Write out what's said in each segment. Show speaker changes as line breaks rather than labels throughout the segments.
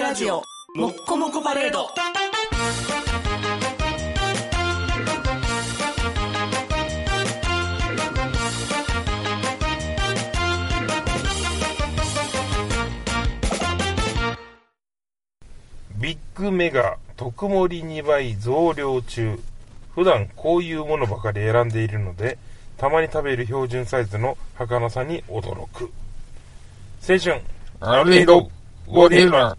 ラジオもっこもこパレード
ビッグメガ特盛り2倍増量中普段こういうものばかり選んでいるのでたまに食べる標準サイズの儚さに驚く青春
あれの、ボディラン。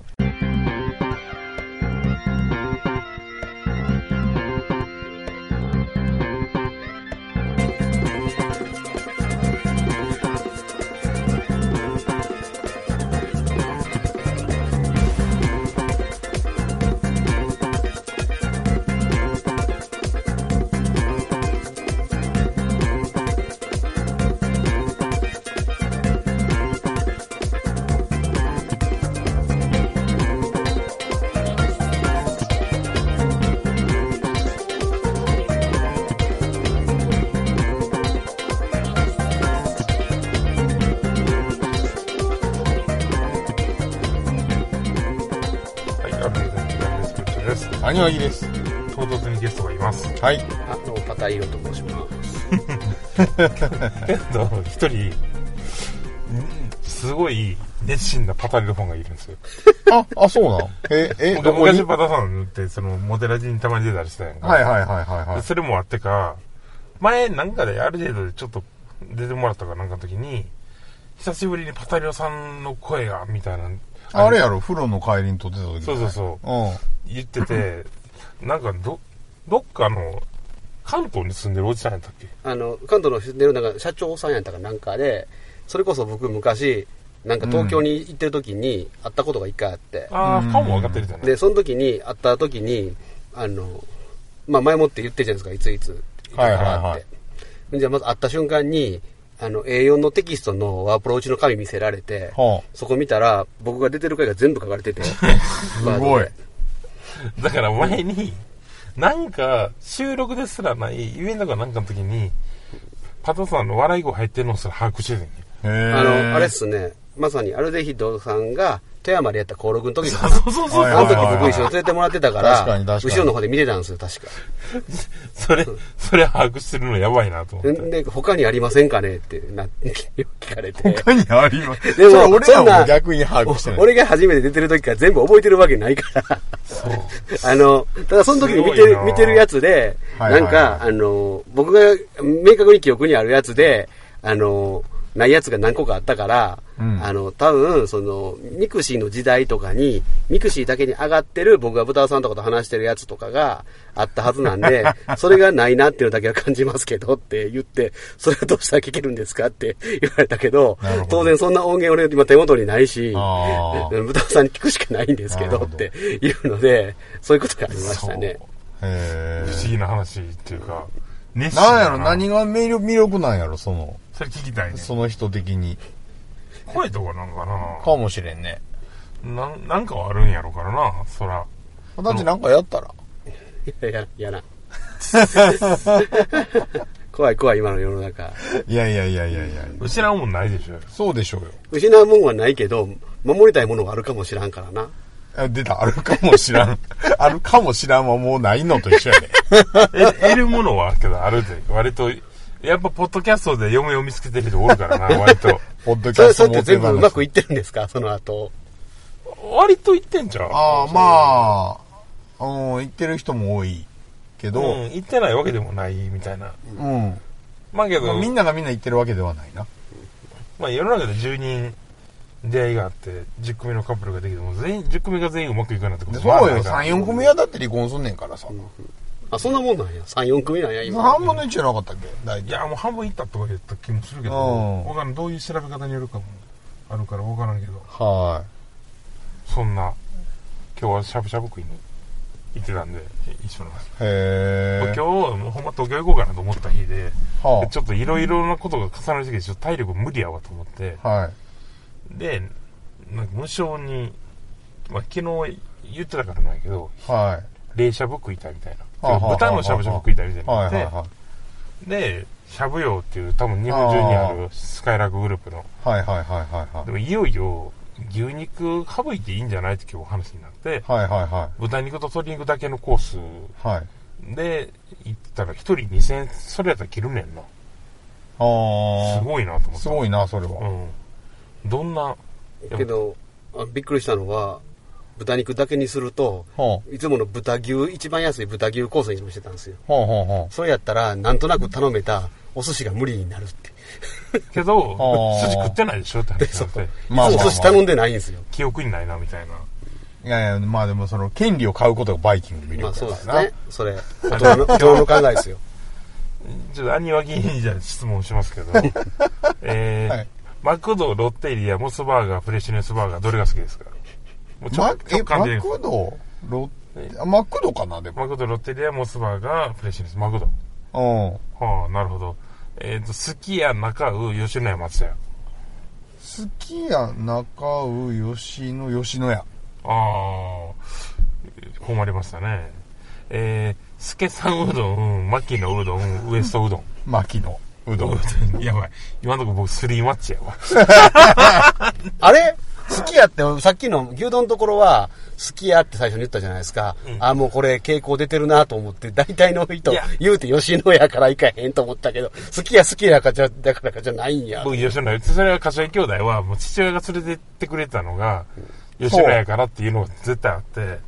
はいありがとうございますブッチョです
アニワギです。
唐突にゲストがいます
はい。
あのパタイロと申します。
えっと一人んすごい熱心なパタリのファンがいるんですよ
あ、あ、そうなんえ、え、どこに
昔パタさんってそのモテラジにたまに出たりしたやんか
はいはいはいはいはい。
それもあってか、前なんかである程度でちょっと出てもらったかなんかの時に、久しぶりにパタリオさんの声が、みたいな。
あれやろ、風呂の帰りに撮ってた時
そうそうそう。
うん。
言ってて、なんかど、どっかの、関東に住んでるおじさんやったっけ
あの関東の住んでるなんか社長さんやったかなんかで、それこそ僕昔なんか東京に行ってる時に会ったことが一回あって、
ああ、顔も分かってるじゃない
でその時に会った時にあのまあ前もって言ってるじゃないですかいついつって
はいはいはい
じゃあまず会った瞬間にあの A4 のテキストのワープロ打ちの紙見せられて、
はあ
そこ見たら僕が出てる回が全部書かれ ててす
すごい。
だから前に、なんか、収録ですらない、イベントかなんかの時に、パタさんの笑い声入ってるのすら把握しててんけ。
へー
あのあれっすねまさにアルデヒドさんが富山でやった高6の時かな
そうそうそう
はい
あの時僕一緒に連れてもらってたから、
確かに確かに
後ろの方で見てたんですよ、確か。
それ、それ把握してるのやばいなと思って。
で、他にありませんかねってな、 聞かれて。
他にあります。
でも
それ俺ら
そん
も
な
逆に把握してない。
お俺が初めて出てる時から全部覚えてるわけないから。
そう。
あの、ただその時に見て
すごい
る
な、
見てるやつで、
はいはいはい
なんか、あの、僕が明確に記憶にあるやつで、あの、ないやつが何個かあったから、
うん
あの、多分、その、ミクシーの時代とかに、ミクシーだけに上がってる僕が豚さんとかと話してるやつとかがあったはずな んで、それがないなっていうのだけは感じますけどって言って、それはどうしたら聞けるんですかって言われたけど、
なるほど
当然そんな音源俺今手元にないし、
あー
豚さんに聞くしかないんですけ
なる
ど
ほ
っ
ど
ていうので、そういうことがありましたね。
へ
不
ー
思議な話っていうか、熱心
なんや
だ
ろ、何が魅力魅力なんやろ、その、
それ聞きたいね。
その人的に。
声とかなんか
かもしれんね。
ななん、なんかはあるんやろからな、そら。
だってなんかやったら。
いや、やら、やら。 怖い怖い今の世の中。
いやいやいやいやいや
失うもんないでしょ。
そうでしょうよ
失うもんはないけど、守りたいものがあるかもしらんからな。
あ。出た、あるかもしらん。あるかもしらんはもうないのと一緒やね。
え、得るものはあるけど、あるで。割と、やっぱ、ポッドキャストで嫁を見つけてる人おるから な、割と。
ポッドキ
そ
ャ
れ、
ス
そ
ト
れって
持て
全
ば
部うまくいってるんですかその後。
割と言ってんじゃん。
ああ、まあ、うん、言ってる人も多いけ
う
ど、
ん、言ってないわけでもない、みたいな。
うん。
まあけど、
まあみんながみんな言ってるわけではないな。
まあ世の中で10人出会いがあって、10組のカップルができても、全員、10組が全員うまくいかないってこと
そう
もある
よ、
から
3、4組はだって離婚すんねんからさ。
あ、そんなもんなんや。3、4組なんや、今。
半分の1じゃなかったっけ大
い
体。
や、もう半分いったとか言った気もするけど、
うん
わからん、どういう調べ方によるかもあるからわからんけど、
は
そんな、今日はしゃぶしゃぶ食いに行ってたんで、一緒の。
い。へ
今
え
日、。もうほんま東京行こうかなと思った日で、
は
ちょっといろいろなことが重なる時期で、ちょっと体力無理やわと思って、
あ、はい。
で、なんか無性に、まあ昨日言ってたからなんやけど、
は
冷しゃぶ食いたいみたいな。
はあはあはあ
豚のしゃぶしゃぶ食いたいみたい
い。
にな
は
っ
いはい
て、
は
で、しゃぶよっていう多分日本中にあるスカイラークグループの
い。はいはいはいはいは
でもいよいよ牛肉省いていいんじゃないって今日お話になって、
はいはいは
豚肉と鶏肉だけのコース
い。はい。
で行ったら1人2000円それやったら切るねんな
ああ。
すごいなと思った
すごいな、それは。
うんどんな
けどあびっくりしたのは豚肉だけにすると
ほ
いつもの豚牛一番安い豚牛コースにしてたんですよ
うほうほうほ
それやったらなんとなく頼めたお寿司が無理になるって
けど
あー
筋食ってないでしょって話になって
う。まあ
いつ
まあ
もお寿司
ま
頼んでないんですよ
記憶にないなみたいな
あ。いやいや、まあでもその、権利を買うことがバイキングの魅
まあ
力
そう
だ
で
か
す
らな。
ねそれ大人の大人の考えですよ
ちょっと兄は議員じゃ質問しますけ どえー
はい
マクドロッテリアモスバーガープレシネスバーガーどれが好きですかもうちょ
マえ
直感で
マクドロッ、マクドかな、でも。
マクドロッテリアモスバーガープレシネスマクド
うん。
はあなるほどえっ、とすき家中う吉野家松屋
好きや、中尾、吉野、吉野家。
ああ、困りましたね。えー、スケさんうどん、牧野うどん、ウエ ストうどん。
牧野、うどん。
やばい。今のとこ僕スリーマッチやわ。
あれ好きやって、さっきの牛丼のところは、好きやって最初に言ったじゃないですか。あ、もうこれ傾向出てるなと思って、大体の人
いや、
言うて吉野家から行かへんと思ったけど、好きや好きやかじゃ、だからかじゃないんや。
僕吉野家、それは柏木兄弟は、もう父親が連れてってくれたのが、吉野家からっていうのが絶対あって、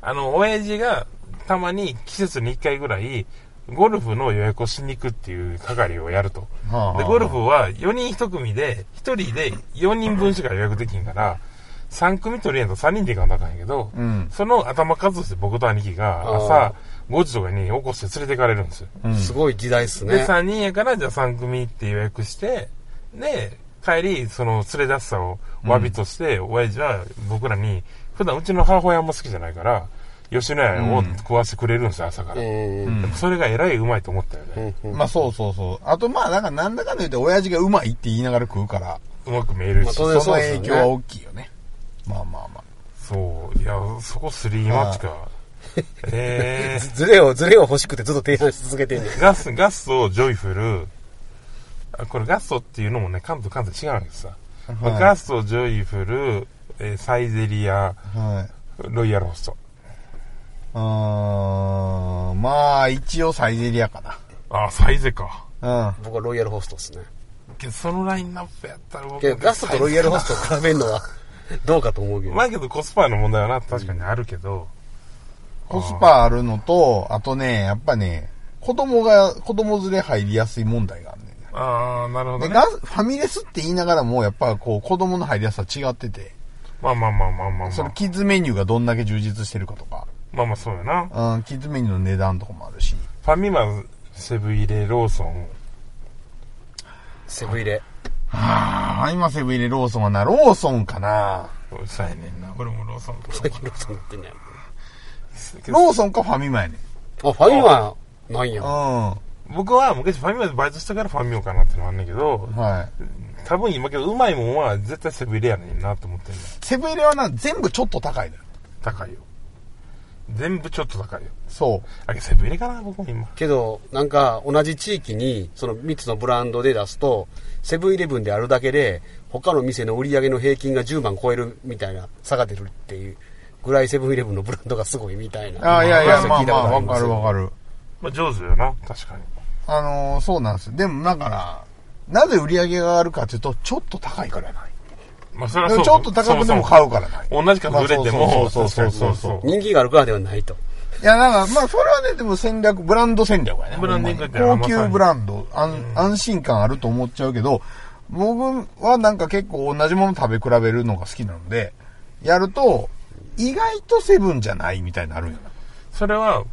あの、親父がたまに季節に1回ぐらい、ゴルフの予約をしに行くっていう係をやると。
はあはあ
で、ゴルフは4人1組で、1人で4人分しか予約できんから、3組取りえんと3人で行かなあかんやけど、
うん
その頭数として僕と兄貴が
あ
朝5時とかに起こして連れてかれるんですよ。
うん
すごい時代っす
で、
ね。
3人やから、じゃあ3組って予約して、で、帰り、その連れ出しさを詫びとして、親父は僕らに、普段うちの母親も好きじゃないから、吉野家を食わせてくれるんですよ、朝から。
う
で
ん
ん
もそれがえらいうまいと思ったよね。
まあそうそうそう。あとまあなんかなんだかんだ言って親父がうまいって言いながら食うから、
うまく見える
まあ
し
当。
そ
然
の
そうですよ
影
ね
響は大きいよね。まあまあま
そう。いや、そこスリーマッチか。え
ずずれを、ずれを欲しくてずっと提案し続けてんねん
ー、 ガス、ガスとジョイフル、あ、これガストっていうのもね、関東関西違うんですさ。
はい
ガスト、ジョイフル、えーサイゼリア、
あ。はい。
ロイヤルホスト。
うーん、まあ一応サイゼリアか
あ、サイゼか。
な。
僕はロイヤルホストっすね。
けど、そのラインナップやったら僕
けど、ガストとロイヤルホストを比べるのは、どうかと思うけ
ト
ど
ま。あけど、コスパの問題はな、確かにあるけど、
コスパあるのと、あとね、やっぱね、子供が、子供連れ入りやすい問題があるね。
ああ、なるほど
で
ね。
ガスファミレスって言いながらも、やっぱこう、子供の入りやすさ違ってて、
まあまあまあまあまあま
その
あ。
キッズメニューがどんだけ充実してるかとか、
まあまあ、そうやな。
うん、キッズメニューの値段とかもあるし、
ファミマ、セブン入れ、ローソン。
セブン入れ。
ああ、今セブン入れローソンはな、ローソンかな。
うるさいねんな。俺もローソンと
ロイヤルホストってね。
ローソンかファミマやねん。
あ、ファミマなんや。
う
僕は昔ファミマでバイトしたからファミマかなってのはあんねんけど
ん。、はい。
多分今けどうまいもんは絶対セブン入れやねんなと思ってんねん
セブン入れはな、全部ちょっと高いのよ。
高いよ。全部ちょっと高いよ。
そう。
あ、けどセブン入れかな、僕も今。
けど、なんか、同じ地域に、その3つのブランドで出すと、セブンイレブンであるだけで、他の店の売り上げの平均が10万超えるみたいな差が出るっていうぐらいセブンイレブンのブランドがすごいみたいな。
ああ、いやいや、
話を
ま
聞
あ
いた
ま
こ
あ、
とり
わ
ま
か
す
るわかる。
まあ上手よな、確かに。
あのーそうなんです。でも、だから、なぜ売り上げが上がるかっていうと、ちょっと高いからやない。
まあそれは
で
そう
もちょっと高くでも買うからない。
そもそも同じかずれても、
まあそうそうそうそう
確かに
人気があるからではないと。
いや、だから、まあ、それはね、でも戦略、ブランド戦略やね。
ブランディングって
ほんまに
あんま
高
さ
級ブランド、安安心感あると思っちゃうけど、僕はなんか結構同じもの食べ比べるのが好きなので、やると、意外とセブンじゃないみたいになるんや
それは、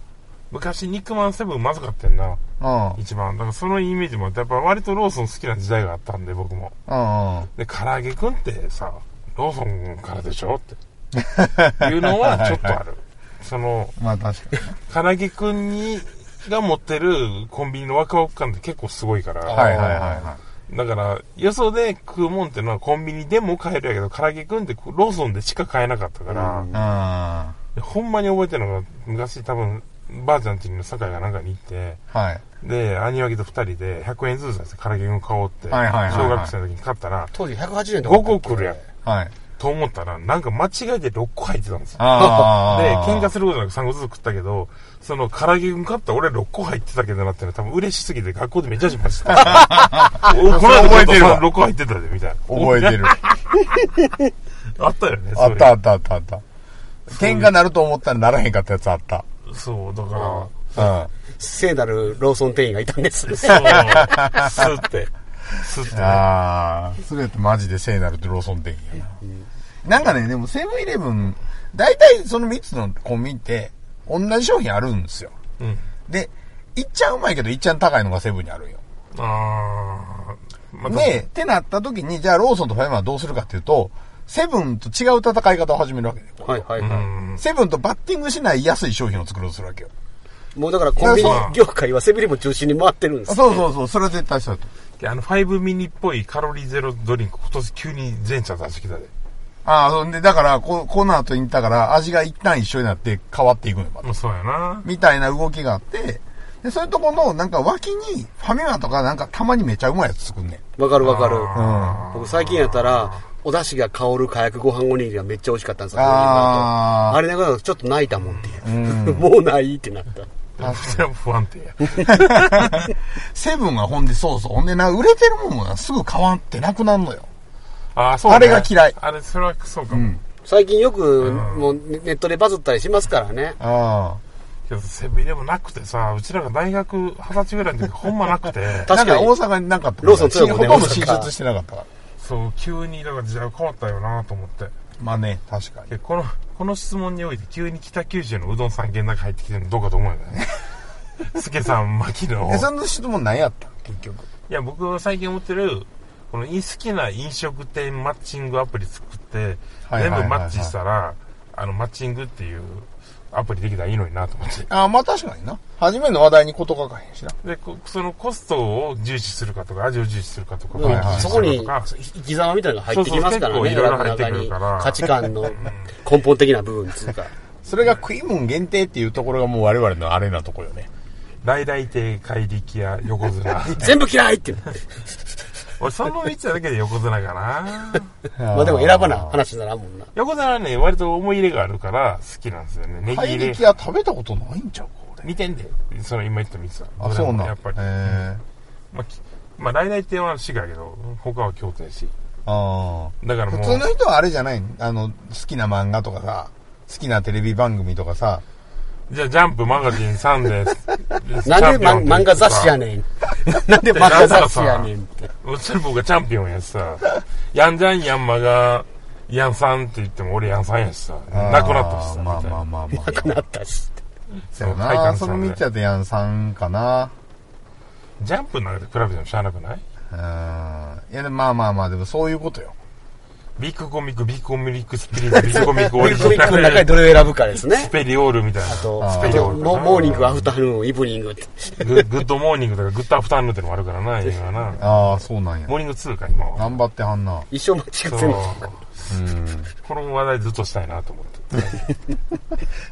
昔肉まんセブンまずかったんな、
な。うん。
一番。だからそのイメージもあって、やっぱ割とローソン好きな時代があったんで、僕も。
うんうん。
で、唐揚げくんってさ、ローソンからでしょって。いうのはちょっとある。その、
まあ確か に。
唐揚げくんに、が持ってるコンビニのワクワク感って結構すごいから。
はいはいはいは
だから、よそで食うもんってのはコンビニでも買えるやけど、唐揚げくんってローソンでしか買えなかったから、
う
い。
ん
ほんまに覚えてるのが、昔多分、ばあちゃんちの酒井がなんかに行って、
うん。はい。
で、兄脇と二人で100円ずつなんですよ、唐揚げくん買おうって。
はいはいはいはい
小学生の時に買ったら、
当時180円とか。
5個来るやん。
はい。
と思ったら、なんか間違えて6個入ってたんですよ。 で、
ああ。
喧嘩することなく3個ずつ食ったけど、その、唐揚げくん買った俺6個入ってたけどなってのは多分嬉しすぎて学校でめっちゃしま した。おこの間
覚えてるわ
6個入ってたで、みたいな。
覚え てる。
あったよね、そ
あ
れ
ったあったあったあった。喧嘩なると思ったらならへんかったやつあった。
そう、だから、
うん。
聖なるローソン店員がいたんです。
そう、スって、スってね。
ああ、それやってマジで聖なるってローソン店やな。なんかね、でもセブンイレブン、大体その3つのコンビニって、同じ商品あるんですよ。
うん。
で、いっちゃんうまいけど、いっちゃん高いのがセブンにあるんよ。
あー、まあ、
で、ってなった時に、じゃあローソンとファイマーはどうするかっていうと、セブンと違う戦い方を始めるわけで。
はいはい
多分う
は
ん。
セブンとバッティングしない安い商品を作ろうとするわけよ。
い。もうだからコンビニ業界はセビリも中心に回ってるんです。
そうそうそう、それは絶対そうだと。
であの、5ミニっぽいカロリーゼロドリンク、今年急に全社出してきたで。
ああ、そんで、だから、ここの後に行ったから、味が一旦一緒になって変わっていくのよ、また
もうそうやな。
みたいな動きがあって、で、そういうとこの、なんか脇に、ファミマとかなんかたまにめちゃうまいやつ作んねん。
わかるわかる。
あ
僕最近やったら、お出汁が香る火薬ご飯おにぎりがめっちゃ美味しかったんですよ。
あー
あれだからちょっと泣いたもんっていう。 もうないってなった。
それは不安定や。
セブンはほんで、そうそう。ほんでな、売れてるもんはすぐ変わってなくなるのよ。
あー、そう、
あれが嫌い
あれ、それはそうかも。
最近よく、もうネットでバズったりしますからね。
あ
けどセブンイレブンなくてさうちらが大学二十歳ぐらいの時ほんまなくて
あ。
確
な
かに
んか大阪になかったから
ローソン強いもんね
ほとんど進
大阪
出してなかったから。
そう急にだから時代変わったよなと思って
まあね、確かに。
でこのこの質問において急に北九州のうどん3軒だけ入ってきてるのどうかと思うよ ね助さん牧野
え、その質問何やった結局。
いや僕が最近思ってるこのい好きな飲食店マッチングアプリ作って
はいはいはい
全
はい
部マッチしたらあのマッチングっていうアプリできたらいいのになと思 って
ああ、まあ確かにな。初めの話題に事書かへんしな。
でこそのコストを重視するかとか味を重視するかとか、
もう
はいはい
そこに
とか
生き様みたいなのが入ってきますから
そうそう
ね。
結構いろいろ入
中
ってくるから
価値 観の根本的な部分っていうか。
それが食い物限定っていうところがもう我々のあれなとこよね。
来来亭怪力や横 綱
全部嫌いっていう。
俺その3つだけで横綱かな
ま
まあでも選ばな話にならんもんな。
横綱はね割と思い入れがあるから好きなんですよねネギ
入
入
り
れ
きは食べたことないんちゃうか、俺。
似てんでその今言った3つは
あ、そうなん。
やっぱり、
へえ
まあ、きまあ来来亭は滋賀やけど他は京都やし
ああ。
だから
普
もう
通の人はあれじゃないあの、好きな漫画とかさ、好きなテレビ番組とかさ、
じゃあジャンプマガジン3です
なんで漫漫画雑誌や ねん。なんで漫画雑誌やねんって。
んそれ僕がチャンピオンやしさヤンジャンヤンマがヤンさんって言っても俺ヤンさんやしさなくなったしさ
まあ
みたい
ま
な
あまあまあ。
なくなっ たし。
そうや
快
な。
感さ
そ
ん
の
ね
みっちゃんとやんさんかな。
ジャンプなんかと比べてもしゃあなくない
うん。いや、でもまあまあまあ、でもそういうことよ。
ビッグコミック、ビッグコミックスピリッツ、ビッグコミックオ
オ
リ
リ
ジ
コミックの
ナ
中に
ル、
どれを選ぶかですね
ス。ペリオールみたいな。
あと、
ス
あ
ペリ
と
オール
モモーニング、アフターヌーン、イブニングって。
グ。グッドモーニングとかグッドアフターヌーンってのもあるからな、今はな。
ああ、そうなんや
モ。ーニング2か、今は。
頑張ってはんな。
一生間違
そ
っ
う
てんの。
この話題ずっとしたいなと思って。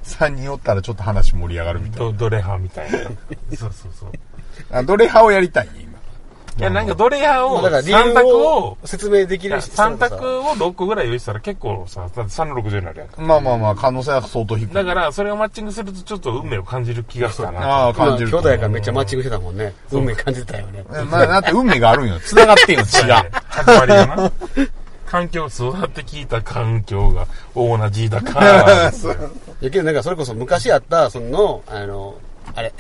3人おったらちょっと話盛り上がるみたい
ドドレハみたいな。 そうそうそう。
な。あ、どれ派をやりたい今。
いや、なんかドレハ
ま
を
あ、だから理
3
由
択
を
を、
説明できる人
3択を6個ぐらい用意したら結構さ、だって3の60になるやんか。
まあまあまあ、可能性は相当低い。
だから、それをマッチングするとちょっと運命を感じる気がしたな。
ああ、感じ
まあ
る
兄
と思う。
弟がめっちゃマッチングしてたもんね。運命感じてたよね。
まあ、だって運命があるんよ。繋がってんよ、血が。
始まりだな。環境、育って聞いた環境が同じだ から。
いやけどなんかそれこそ昔あった、その、あの、あれ、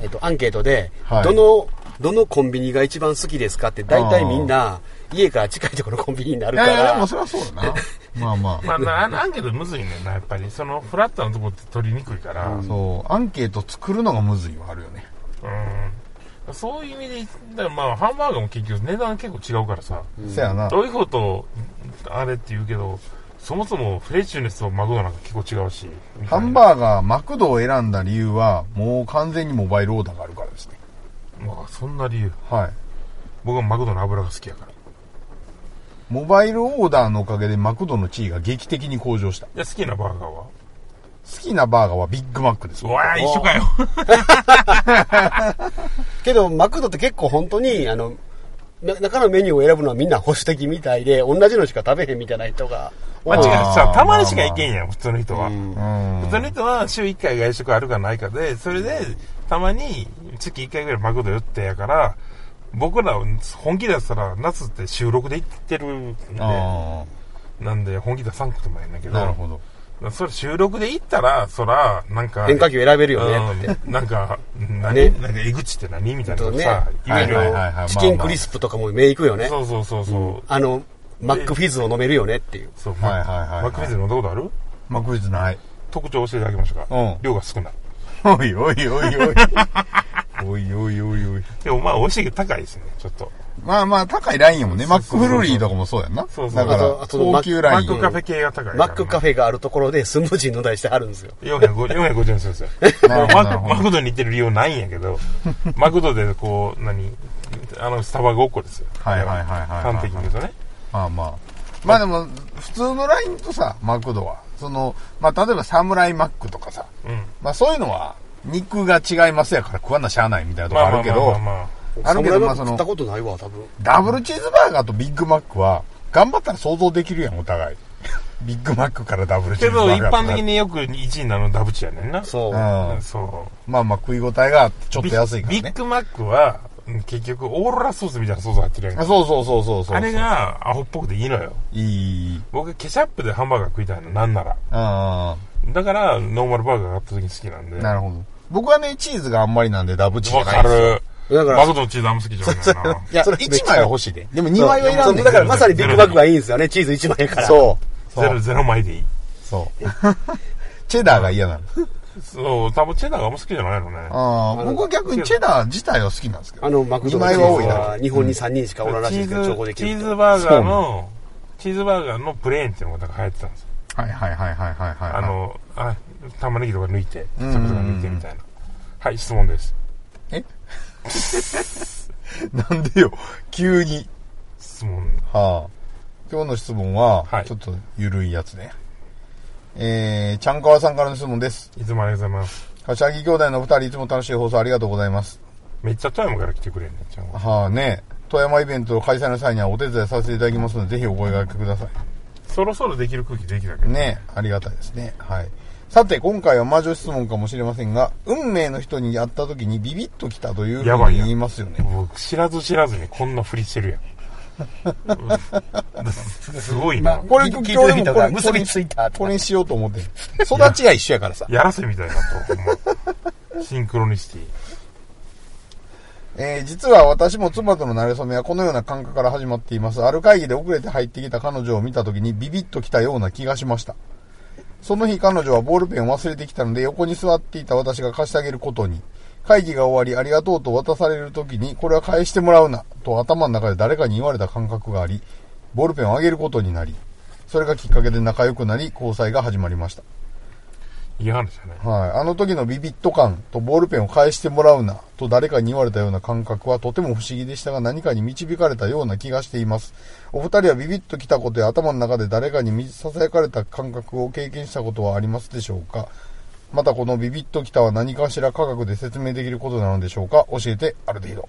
えっと、アンケートで、
はい
どの、どのコンビニが一番好きですかって大体みんな、家から近いところのコンビニになる
い
か
やいや、で
ら
も、それはそうだな。 まあま
まあ、なあのアンケートむずいねんな、やっぱり。その、フラットなとこって取りにくいから、う
あ。
ん
そう、アンケート作るのがむずいはあるよね。
そういう意味で、だからまあ、ハンバーガーも結局値段結構違うからさ、
せやな。
どういうこと、あれって言うけど、そもそもフレッシュネスとマクドなんか結構違うし、みた
ハ
いな
ンバーガー、マクドを選んだ理由は、もう完全にモバイルオーダーがあるからですね。
まあ、そんな理由。
はい。
僕はマクドの油が好きやから。い
モバイルオーダーのおかげでマクドの地位が劇的に向上した。好
や、好きなバーガーは
きなバーガーはビッグマックです
う。わー、一緒かよ。
けど、マクドって結構本当に、あの、な中のメニューを選ぶのはみんな保守的みたいで、同じのしか食べへんみたいな人が
まあ違う
あー
さ、たまにしか行けんやん、普通の人は。
うん
うん。
普通の人は週1回外食あるかないかで、それで、たまに月1回ぐらいマクド寄ってやから、僕ら本気出したら、夏って収録で行ってるんで、
あ
なんで本気出さんくてもやんだけ
あ。
ど、
なるほど。
それ収録で行ったら、そら、なんか、
変化球選べるよねって。
うんなんか、何、
ね
なんか、えぐちって何みたいな
と
の
ね
さ、、言
あ
える
はい
よ。
はいはい
の、チキンクリスプとかも目いくよね。
そうそうそうそう。
あの、マックフィズを飲めるよねっていう。
そう、
はいはいはいはい
マックフィズ飲んだことある
まあ、クイズない。
特徴教えてあげましたか、
うん
量が少ない。
おいおいおいおい。おいおいおいおい。
でもまあ美味しいけど高いですね、ちょっと。
まあまあ、高いラインやもんね。
そ
マ
う
ッ
そ
ク
うそう
フルリーとかもそうやんな。
そうそう
だか
あ
ら、
とマ
高
ッ
級ラ
マ
イン
ッ。クカフェ系が高いから。
マックカフェがあるところでスムージー飲んだりしてはるんですよ。
450 450円するんですよ。
なるほど
マ
なる
ク
ほど
マクドに似てる理由ないんやけど、マクドでこう、何あの、スタバごっこですよ。
はいはいはいはいはいはい
端的に言うとね。
まあまあ。まあでも、普通のラインとさ、マクドは。その、まあ例えばサムライマックとかさ。
うん。
まあそういうのは、肉が違いますやから食わなしゃあないみたいなとこ
まあ
あ
ま
る
あ
け
まあ
ど
まあ、まあ。
あるけどまあその
侍は食ったことないわ、多分。
ダブルチーズバーガーとビッグマックは、頑張ったら想像できるやん、お互い。 ビッグマックからダブルチー
け
ズバー
ど、
ガー
一
とな
般的。によく1位なのダブチやねんな。
そう。
うん。
そう。
まあまあ食い応えがあってちょっと安いから
ビ
ね
ッ。グマックは、うん結局、オーロラソースみたいなソース入ってるやん
あ
か。
そうそうそうそうそう。
あれ、が、アホっぽくていいのよ。
いい。
僕、ケチャップでハンバーガー食いたいの、なんなら。
あ
だから、ノーマルバーガーがあった時に好きなんで。
あ、なるほど。僕はね、チーズがあんまりなんでダブチー
わ
ズがい
か
いんですよ。
る。
だから
マクドのチーズあんま好きじゃない
そう
な。
いや、
それめっちゃ
1枚は欲しいで。でも2枚はいらんねん
だからまさにビッグマックがいいんですよね。チーズ1枚から。
そう。そ
ゼロ、
う。
ゼロ枚でいい。
そう。チェダーが嫌なの。
そう、多分チェダーがあんま好きじゃないのね。
ああ、僕は逆にチェダー自体は好きなんですけど。
あの、マクド
二
の
枚
チ
は多
ー
い
ズ
な
は。日本に3人しかおらんらしい
チ
ん
ー
です
ズ
けど、調合で、き
チ
るみた
ー
いな。
ズバーガーの、チーズバーガーのプレーンっていうのがなんか流行ってたんですよ。
はいはいはいはいはいはい。
あ、の、あ、玉ねぎとか抜いて、
う
そ
ん
ういう
うんうん
ことが抜いてみたいな。はい、質問です。
なんでよ、急に。
質問。
はあ。今日の質問は
は、い
ちょっとゆるいやつね。えー、ちゃんかわさんからの質問です。
いつもありがとうございます。
柏木兄弟の二人いつも楽しい放送ありがとうございます。
めっちゃ富山から来てくれんねちゃんは。
はあね、富山イベントを開催の際にはお手伝いさせていただきますので、ぜひお声掛けください。
そろそろできる空気できたけど。
ねありがたいですね。はい。さて、今回は魔女質問かもしれませんが、運命の人に会った時にビビッときたという
や
ふう
ば
に
いやん
言いますよね。
僕、知らず知らずにこんなふりしてるやん。 すごいな。
これ、
聞
今
い
日で
てる
も
人
こ
が
れ、
結びついたとか
これにしようと思って る。育ちが一緒やからさ。
やらせみたいなと、ほんま。シンクロニシティ。
えー実は私も妻との馴れ初めはこのような感覚から始まっています。ある会議で遅れて入ってきた彼女を見た時にビビッときたような気がしました。その日彼女はボールペンを忘れてきたので横に座っていた私が貸してあげることに。会議が終わりありがとうと渡される時にこれは返してもらうなと頭の中で誰かに言われた感覚があり、ボールペンをあげることになり、それがきっかけで仲良くなり交際が始まりました。
いい話だね。
はい。あの時のビビット感とボールペンを返してもらうなと誰かに言われたような感覚はとても不思議でしたが何かに導かれたような気がしています。お二人はビビッときたことや頭の中で誰かに囁かれた感覚を経験したことはありますでしょうかまたこのビビッときたは何かしら科学で説明できることなのでしょうか教えてある程度。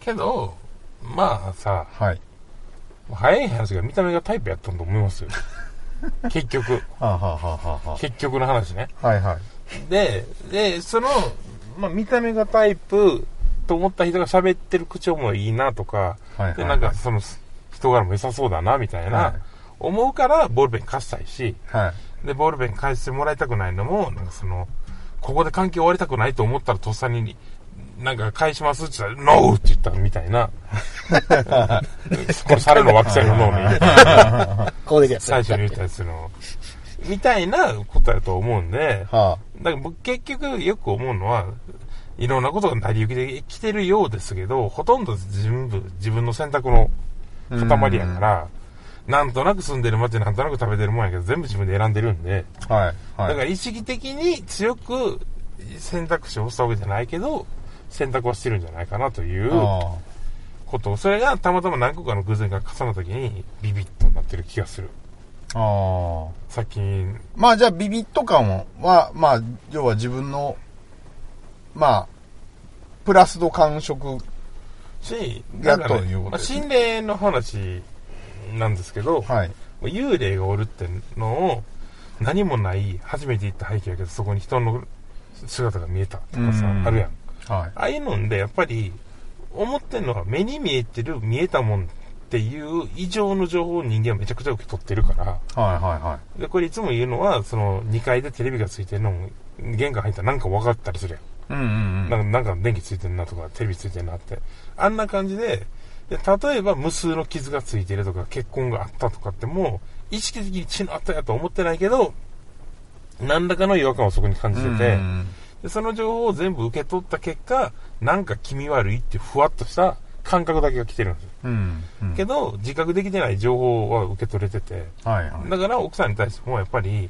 けど、まあさ、
はい。
早い話が見た目がタイプやったんと思い ますよ。結局、
はあ、はあはあは
結局の話ね。
あ、はいはい。
で、で、その、まあ見た目がタイプと思った人が喋ってる口調もいいなとか、
はいはい
で、なんかその人柄も良さそうだなみたいな、
はい
思うからボールペン貸したいし、
はい。
で、ボールペン返してもらいたくないのも、なんかその、ここで関係終わりたくないと思ったらとっさに、なんか返しますって言ったら、ノーって言ったみたい な。これ猿の惑星の脳ね。
ここできるやつ
最初に言ったやつの。みたいなことだと思うんで、
は
だから僕結局よく思うのは、いろんなことが成り行きで来てるようですけど、ほとんど全部自分の選択の塊やから、なんとなく住んでる街、なんとなく食べてるもんやけど、全部自分で選んでるんで、
あ、はい。はい。
だから意識的に強く選択肢を押したわけじゃないけど、選択はしてるんじゃないかなという
あ
こと。それがたまたま何個かの偶然が重なった時にビビッとなってる気がする。
あ。ああ。
さっき、
まあじゃあビビッと感は、まあ、要は自分の、まあ、プラスの感触。
し、
や
な
っ
ん
と
かね
いうこと
まあ
ですね
心霊の話なんですけど、
はい。
幽霊がおるってのを、何もない、初めて行った背景やけど、そこに人の姿が見えたとかさ、
うん
あるやん。
はい。
ああいうのんで、やっぱり、思ってんのは目に見えてる、見えたもんっていう以上の情報を人間はめちゃくちゃ受け取ってるから、
はいはいはい。
で、これいつも言うのは、その、2階でテレビがついてるのも、玄関入ったらなんか分かったりするやん。
うんうんうん。
なんか、なんか電気ついてんなとか、テレビついてんなって。あんな感じで、で例えば無数の傷がついてるとか、血痕があったとかってもう、意識的に血のあったやとは思ってないけど、何らかの違和感をそこに感じてて、
うん
でその情報を全部受け取った結果、なんか気味悪いっていうふわっとした感覚だけが来てるんですよ。
うんうん。
けど、自覚できてない情報は受け取れてて、
はいはい。
だから奥さんに対してもやっぱり、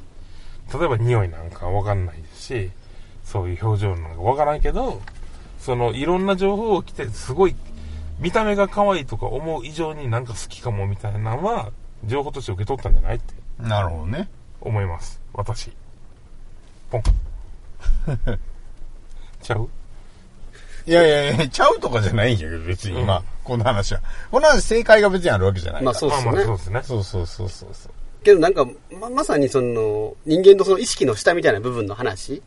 例えば匂いなんかわかんないですし、そういう表情なんかわからんけど、そのいろんな情報を来て、すごい、見た目が可愛いとか思う以上になんか好きかもみたいなのは、情報として受け取ったんじゃないって
なるほどね。
思います。私。ポン。 ちゃう
いやいやいや、ちゃうとかじゃないんやけど、別に今、この話は。この話正解が別にあるわけじゃないから。
まあそうっす
ま
よ
あまあ
ね
そう。ですね。
そうそうそうそうそう。
けどなんか、ま、まさにその、人間のその意識の下みたいな部分の話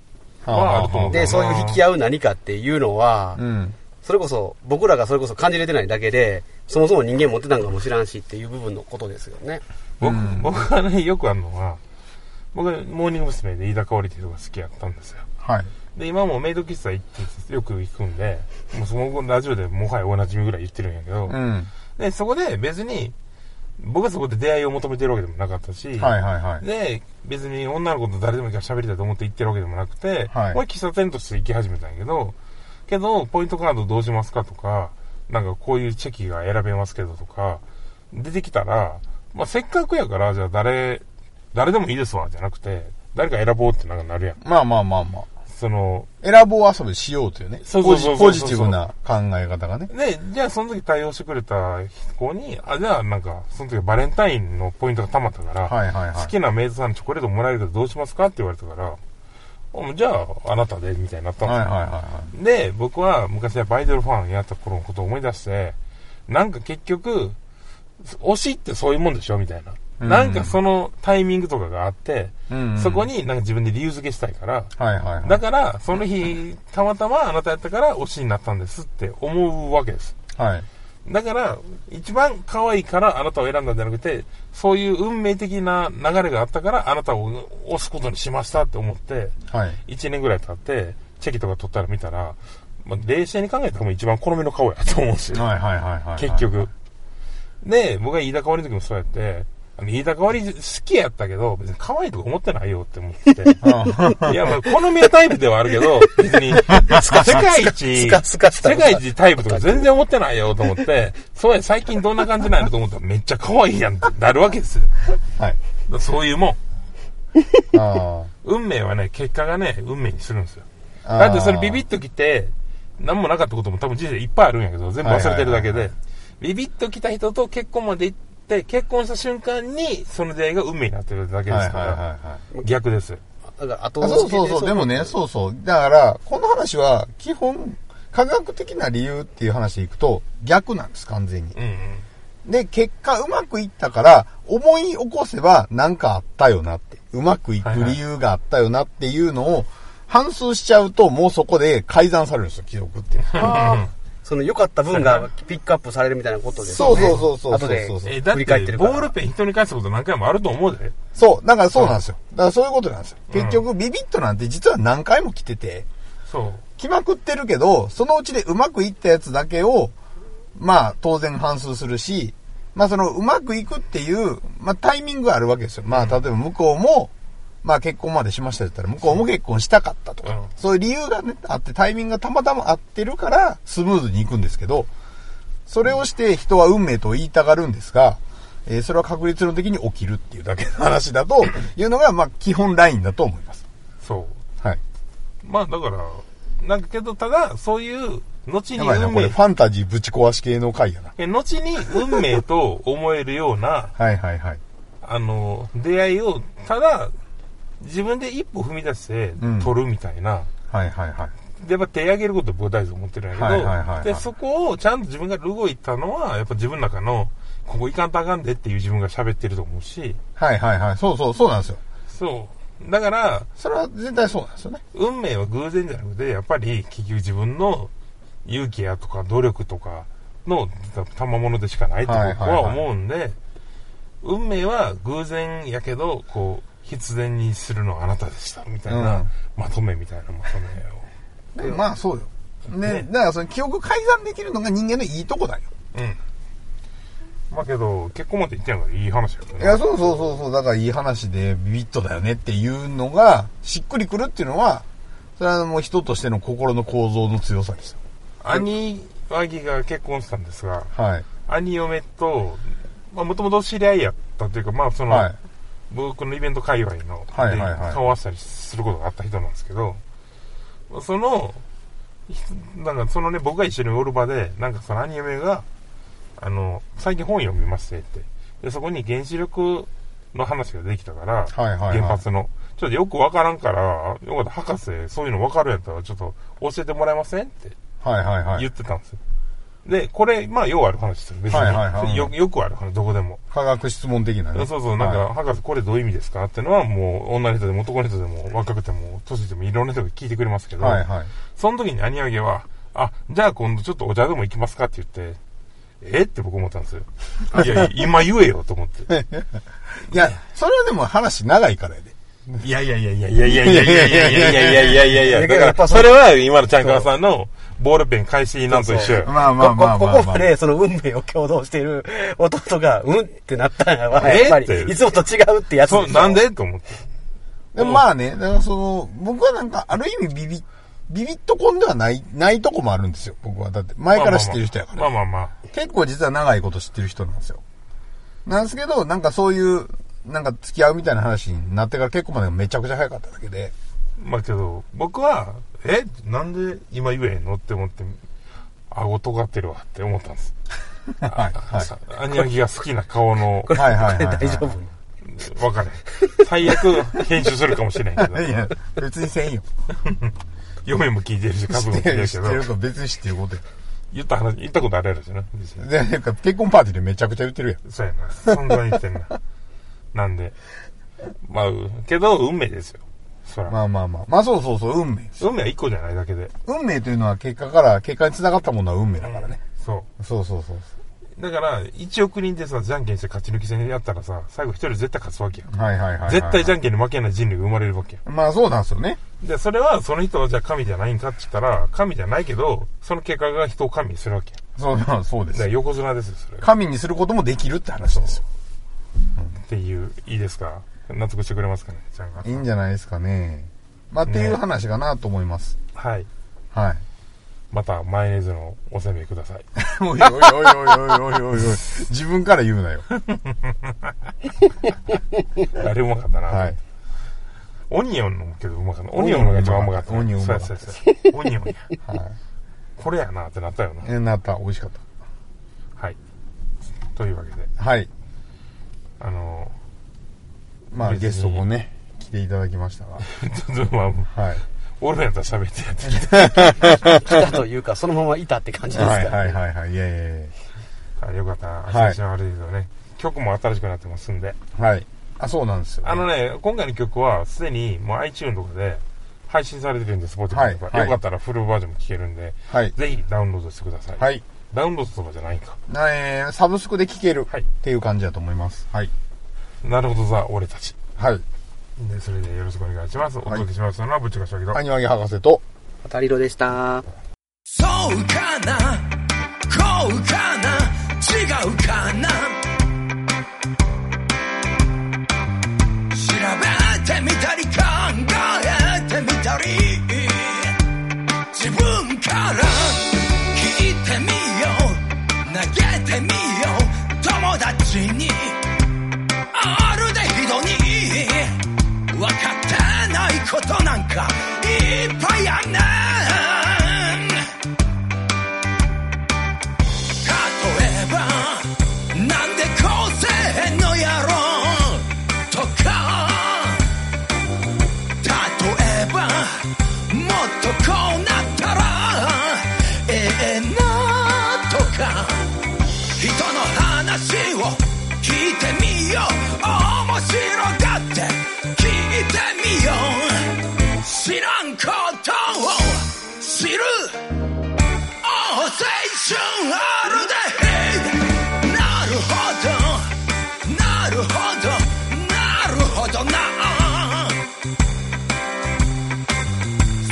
は
あ
は
あると思う
で、そういう引き合う何かっていうのは、
うん。
それこそ、僕らがそれこそ感じれてないだけで、そもそも人間持ってたんかもしらんしっていう部分のことですよね。
僕、僕がね、よくあるのは、僕、モーニング娘。で飯田香織っていうのが好きやったんですよ。
はい。
で、今もメイド喫茶行って、よく行くんで、もうそのラジオでもはやおなじみぐらい言ってるんやけど、
うん。
で、そこで別に、僕はそこで出会いを求めてるわけでもなかったし、
はいはいはい。
で、別に女の子と誰でもいいから喋りたいと思って行ってるわけでもなくて、
はい
俺喫茶店として行き始めたんやけど、けど、ポイントカードどうしますかとか、なんかこういうチェキが選べますけどとか、出てきたら、まあ、せっかくやから、じゃあ誰、誰でもいいですわ、じゃなくて、誰か選ぼうってなんかなるやん。
まあまあまあまあ。
その、
選ぼう遊びしようというね。
そうそうそうそう
ポジポジティブな考え方がね。
で、じゃあその時対応してくれた子に、あ、じゃあなんか、その時バレンタインのポイントが溜まったから、
はいはいはい。
好きなメイドさんのチョコレートもらえるけどどうしますかって言われたから、あもうじゃあ、あなたで、みたいになったん
はい
です
は
よ
いはいは
で、僕は昔はアイドルファンやった頃のことを思い出して、なんか結局、推しってそういうもんでしょみたいな。
うん
なんかそのタイミングとかがあって、
い。うん
そこ。になんか自分で理由付けしたいから、
はいはいはい。
だから、その日、たまたまあなたやったから推しになったんですって思うわけです。
はい。
だから、一番可愛いからあなたを選んだんじゃなくて、そういう運命的な流れがあったからあなたを押すことにしましたって思って、
はい。
1年ぐらい経って、チェキとか取ったら見たら、まあ、冷静に考えたらもう一番好みの顔やと思うんですよ。
はいはいはいはい。
結。局。で、僕が飯田香織の時もそうやって、あの飯田香織好きやったけど、別に可愛いとか思ってないよって思っ て。いや、まあ、好みはタイプではあるけど、別に、世界一、
スカスカした
世界一タイプとか全然思ってないよと思って、そうや、最近どんな感じなんやと思ったらめっちゃ可愛いやんってなるわけですよ。だか
はい。
らそういうもん。
あ
運命はね、結果がね、運命にするんですよ。
あ
だってそれビビ
ッ
ッときて、何もなかったことも多分人生いっぱいあるんやけど、全部忘れてるだけで、
は
ビビッときた人と結婚まで行って、結婚した瞬間に、その出会いが運命になってるだけで
はい
す
はい
か
はい
ら、
はい。
逆ですよ。
だから後
あそうそうそう。
付け
でもね、そうそう。だから、この話は、基本、科学的な理由っていう話でいくと、逆なんです、完全に。
うんうん。
で、結果、うまくいったから、思い起こせば、なんかあったよなって。うまくいく理由があったよなっていうのを、反数しちゃうと、もうそこで改ざんされるんですよ、記憶って。
あーその良かった分がピックアップされるみたいなことです
そ
よ
う
ね。
そうそうそう
後
そう
で
そう。
え、だって、
振り返ってるか
ボ
ら
ールペン人に返すこと何回もあると思うで。
そう、だからそうなんですよ。だからそういうことなんですよ。結局、ビビットなんて実は何回も来てて、
そう。
来まくってるけど、そのうちでうまくいったやつだけを、まあ当然反数するし、まあそのうまくいくっていう、まあタイミングがあるわけですよ。まあ例えば向こうも、まあ結婚までしましたって言ったら向こうも結婚したかったとか、
うん
そういう理由がね、あってタイミングがたまたま合ってるからスムーズにいくんですけど、それをして人は運命と言いたがるんですが、えーそれは確率の的に起きるっていうだけの話だというのが、まあ基本ラインだと思います。
そう。
はい。
まあだから、なんかけど、ただ、そういう、後に
やばいな、
運
これ
命
フ、ァンタジーぶち壊し系の回やな。
え後に運命と思えるような、
はいはいはい。
あの、出会いを、ただ、自分で一歩踏み出して
うん、
取るみたいな、
はいはいはい。
で、やっぱ手上げること僕は大事と思ってるんやけど、
はいはいはいはい
で、そこをちゃんと自分が動いたのは、やっぱ自分の中のここ行かんとあかんでっていう自分が喋ってると思うし、
はいはいはい。そうそう、そうなんですよ。
そう。だから、
それは絶対そうなんですよね。
運命は偶然じゃなくて、やっぱり結局自分の勇気やとか努力とかの賜物でしかないって
はいはいはい
僕は思うんで、運命は偶然やけど、こう、必然にするのはあなたでした、みたいな、
うん
まとめみたいなまとめを。
まあそうよ。ね、だからその記憶改ざんできるのが人間のいいとこだよ。
うん。まあけど、結婚まで言ってんやからいい話やけど
い
ね。
や、そうそうそうそう、だからいい話でビビッとだよねっていうのが、しっくりくるっていうのは、それはもう人としての心の構造の強さですよ。
兄、和木が結婚したんですが、
はい。
兄嫁と、まあ、もともと知り合いやったというか、まあ、その、
はい。
僕のイベント界隈の、
はい
で
はいはい
顔合わせたりすることがあった人なんですけど、まあその、ひなんかそのね、僕が一緒におる場で、なんかそのアニメが、あの、最近本読みましてって。で、そこに原子力の話ができたから、
はいはいはい
原発の。ちょっとよくわからんから、よかった、博士、そういうのわかるんやったら、ちょっと教えてもらえませんって
はいはいは
言
い
っ。てたんですよ。で、これ、まあ、ようある話ですよ。別に。
はいはいはい
よよくある話、どこでも。
科学質問的なね。
そうそう、なんか、
は
博士、これどういう意味ですかってのは、もう、女の人でも男の人でも、若くても、年でも、いろんな人が聞いてくれますけ
い
ど、
はいはい。
その時に兄上げは、あ、じゃあ今度ちょっとお茶でも行きますかって言って、えって僕思ったんですよ。いや、今言えよと思って。
いや、それはでも話長いからやで。
いやいやいやいやいやいやいやいやいやいやいやいやいや
だから
だから、それは今のちゃんかわさんのボールペン開始なんと一緒よ。
まあまあまあまあ、まあ
こここまでその運命を共同している弟が、うんってなったんやわ。
え
やっぱり
って、
いつもと違うってやつでしょ
そう、なんでと思って。
でもまあね、だからその、僕はなんか、ある意味ビビ、ビビッとこんではない、ないとこもあるんですよ。僕は。だって、前から知ってる人やから。
まあまあまあ。
結構実は長いこと知ってる人なんですよ。なんですけど、なんかそういう、なんか付き合うみたいな話になってから結構までめちゃくちゃ早かっただけで。
まあけど、僕は、えなんで今言えへんのって思って、顎尖ってるわって思ったんです。
はい。はい。
アニヤギが好きな顔 の、
はいはいは
大
い、
丈夫。
わかれん。最悪編集するかもしれんけど、
いや、別にせんよ。
嫁も聞いてるし、家
知
族
っ
も聞い
て
て
る、
る
知
け
っ
ど
て、るか別に知ってることや。
言った話、言ったことあるやろしな。別に
で、なんか結婚パーティーでめちゃくちゃ言ってるやん。
そうやな。存在してんな。 なんで。まあ、けど、運命ですよ。そら。
まあまあまあ。まあそうそうそう、運命ですよ。
運命は一個じゃないだけで。
運命というのは結果から、結果に繋がったものは運命だからね。
そう。
そうそうそう
だから、1億人でさ、じゃんけんして勝ち抜き戦やったらさ、最後一人絶対勝つわけやん。
そう。はいはいはい、はい。
絶対じゃんけんに負けない人類が生まれるわけや。
まあそうなんですよね。
で、それはその人はじゃあ神じゃないんかって言ったら、神じゃないけど、その結果が人を神にするわけや。
そう、まあそう
だ
で
か
す
ら。横綱ですよ、それが。
神にすることもできるって話ですよ。
っていう、いいですか納得してくれますかね、ちゃんが
い。いんじゃないですかね。まあ、っていう話かなと思います。
はい。
はい。
また、マヨネーズのおせめください。
おいおいおいおいおいおいおいおい。自分から言うなよ。
誰もうまかったな。
はい。
オニオンのもけどうまかった。オニオンのが一番うまかったな。
オニオンう
そ
ま
う
か
や
っ
そ
た
うやそうや。オニオンや。
はい。
これやなってなったよな。
え、なった。美味しかっ
はい。というわけで、
た。はい。
あの
まあ、
別に
ゲストもね、来ていただきましたが。
ー、 ちょっとまあ、
はい。
俺らやったら喋ってやってき
来たというか、そのままいたって感じですか
はい
ら。
はいはいはい。いやいやい
た。あよかったな。
はい
最初は悪いけどね。曲も新しくなってますんで。
や。はい。あ、そうなんですよ。
あの。ね、今回の曲はすでにもう iTune とかで配信されてるんで、
は
Spotify
い
とか、
はい
よかったらフルバージョンも聴けるんで、
はい。
ぜひダウンロードしてください。
はい。
ダウンロードとかじゃないんか。
なえーサブスクで聴ける
はい
っていう感じだと思います。はい。
なるほどさ、俺たち。
はい。
で、それでよろしくお願いします。お届けしましたのは、ぶっちかしゃぎと。
アニワギ博士と、
当たりろでした。
そうかなこうかな違うかな調べてみたり考えてみたり自分から聞いてみよう投げてみよう友達にあるでひどに分かってないことなんかいっぱいあんねん例えばなんでこうせんのやろとか例えばもっとこうなったらええなとか人の話をいてみよう面白がって聞いてみよう知らんことを知る青青春あるでなるほどなるほどなるほどな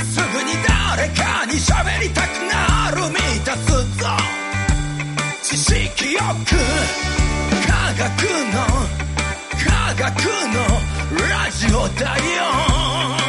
すぐに誰かに喋りたくなる満たすぞ知識欲科学の科学のラジオだよ